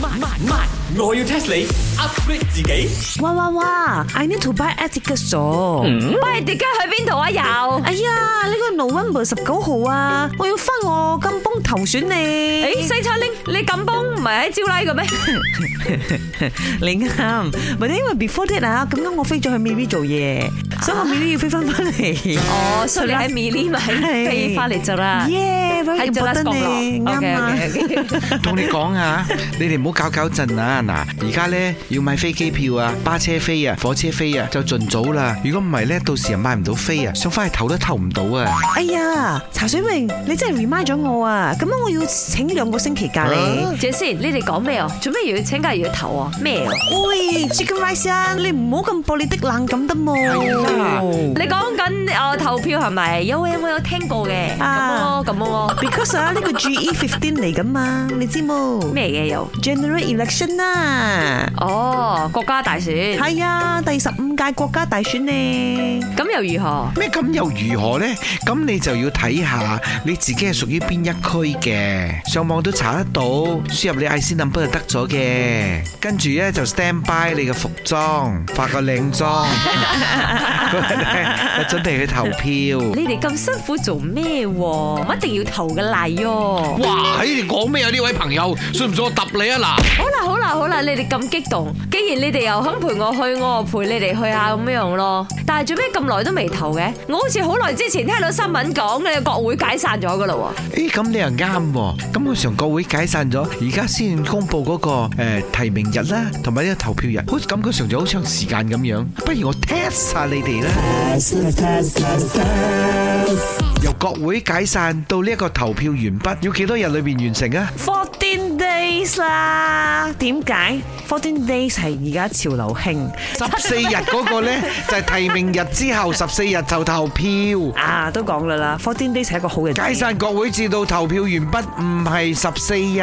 慢慢慢，我要 test 你 upgrade 自己。哇哇哇！I need to buy Atticus 咗。喂，迪加去邊度 啊？又，哎呀，呢個 November 十九號啊，我要翻我金邦投選你。诶，西餐拎，你咁幫唔係喺招拉嘅咩？ 你啱，或者因為 before that 啊，咁啱我飛咗去 Maybe 做嘢，所以啊我 Maybe 要飛翻翻嚟。 哦，所以你喺 m i l 咪飛翻嚟就啦。 Yeah，very 喺 Jelas important 降落咧，啱啊。 ，OK，OK，OK 同你講啊，你哋唔好搞搞震啊！嗱，而家呢，要買飛機票啊、巴車飛啊、火車飛啊，就盡早啦。如果唔係呢，到時又買唔到飛啊，想翻去投都投唔到啊！哎呀，茶水明，你真係 remind 咗我啊！咁樣我要請兩個星期假你。姐先，你哋講咩啊？做咩又要請假又要投啊？咩啊？喂，Chicken Rice 啊，你唔好咁暴力的冷咁得啊冇。你講緊啊投票係咪？有啊，我有聽過嘅。咁啊咯，咁咯， Because 啊，呢個 GE fifteen 嚟噶嘛，你知冇？咩嘅又？ General Election 啊，哦，國家大選，係啊，第十五屆國家大選呢。咁又如何？咩咁又如何呢？咁你就要睇下你自己係屬於邊一區嘅，上網都查得到，輸入你 IC number 就得咗嘅。跟住呢，就 stand by 你嘅服裝，化個靚妝，咁呢就準備去投票。你哋咁辛苦做咩喎？我一定要投嘅嚟喎！哇！你講咩啊？呢位朋友，信唔信我揼你啊？嗱！好啦好啦好啦，你哋咁激動，既然你哋又肯陪我去，我就陪你哋去下咁樣咯。但係做咩咁耐都未投嘅？我好似好耐之前聽到新聞講嘅國會解散咗噶啦喎。诶，咁你又啱喎，咁佢常國會解散咗，而家先公布嗰個诶提名日啦，同埋呢個投票日，好似感覺上咗好長時間咁樣。不如我 test 下你哋啦，由國會解散到呢一個投票完畢，要幾多日裏边完成啊？ Fourteen days 啦，點解？Fourteen days 係而家潮流興十四日嗰個呢，就係提名日之後十四日就投票。啊，都講啦啦，fourteen days 係一個好嘅解散國會至到投票完畢唔係十四日，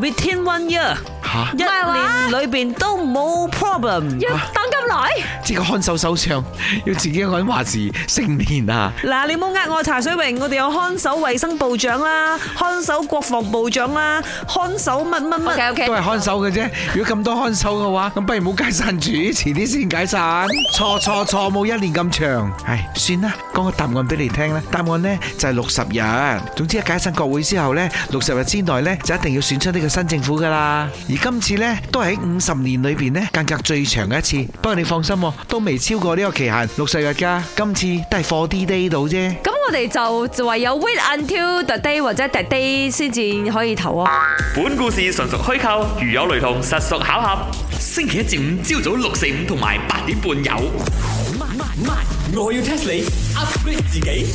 Within one year，吓一係話年裏邊都冇 problem。要等咁耐？即係個看守首相要自己一個人話事，成年啊！嗱，你冇呃我茶水榮，我哋有看守衛生部長啦，看守國防部長啦，看守乜乜乜。 OK 都 OK，係看守嘅啫。如果咁多看守嘅話，咁不如冇解散住， 遲啲先解散。錯錯錯，冇一年咁長。唉，算啦，講個答案俾你聽啦。答案呢就係六十日。總之解散國會之後呢，六十日之內呢，就一定要選出呢個新政府噶啦。而今次呢，都係喺五十年裏邊呢，間隔最長嘅一次。不過你放心喎，都未超過呢個期限六十日㗎。今次都係 f o r D day 到啫。咁我哋就就唯有 wait until the day 或者 the day 先至可以投啊。本故事純屬虛構，如有雷同，實屬巧合。星期一至五朝早六四五同埋八點半有。慢慢慢，我要 test 你 upgrade 自己。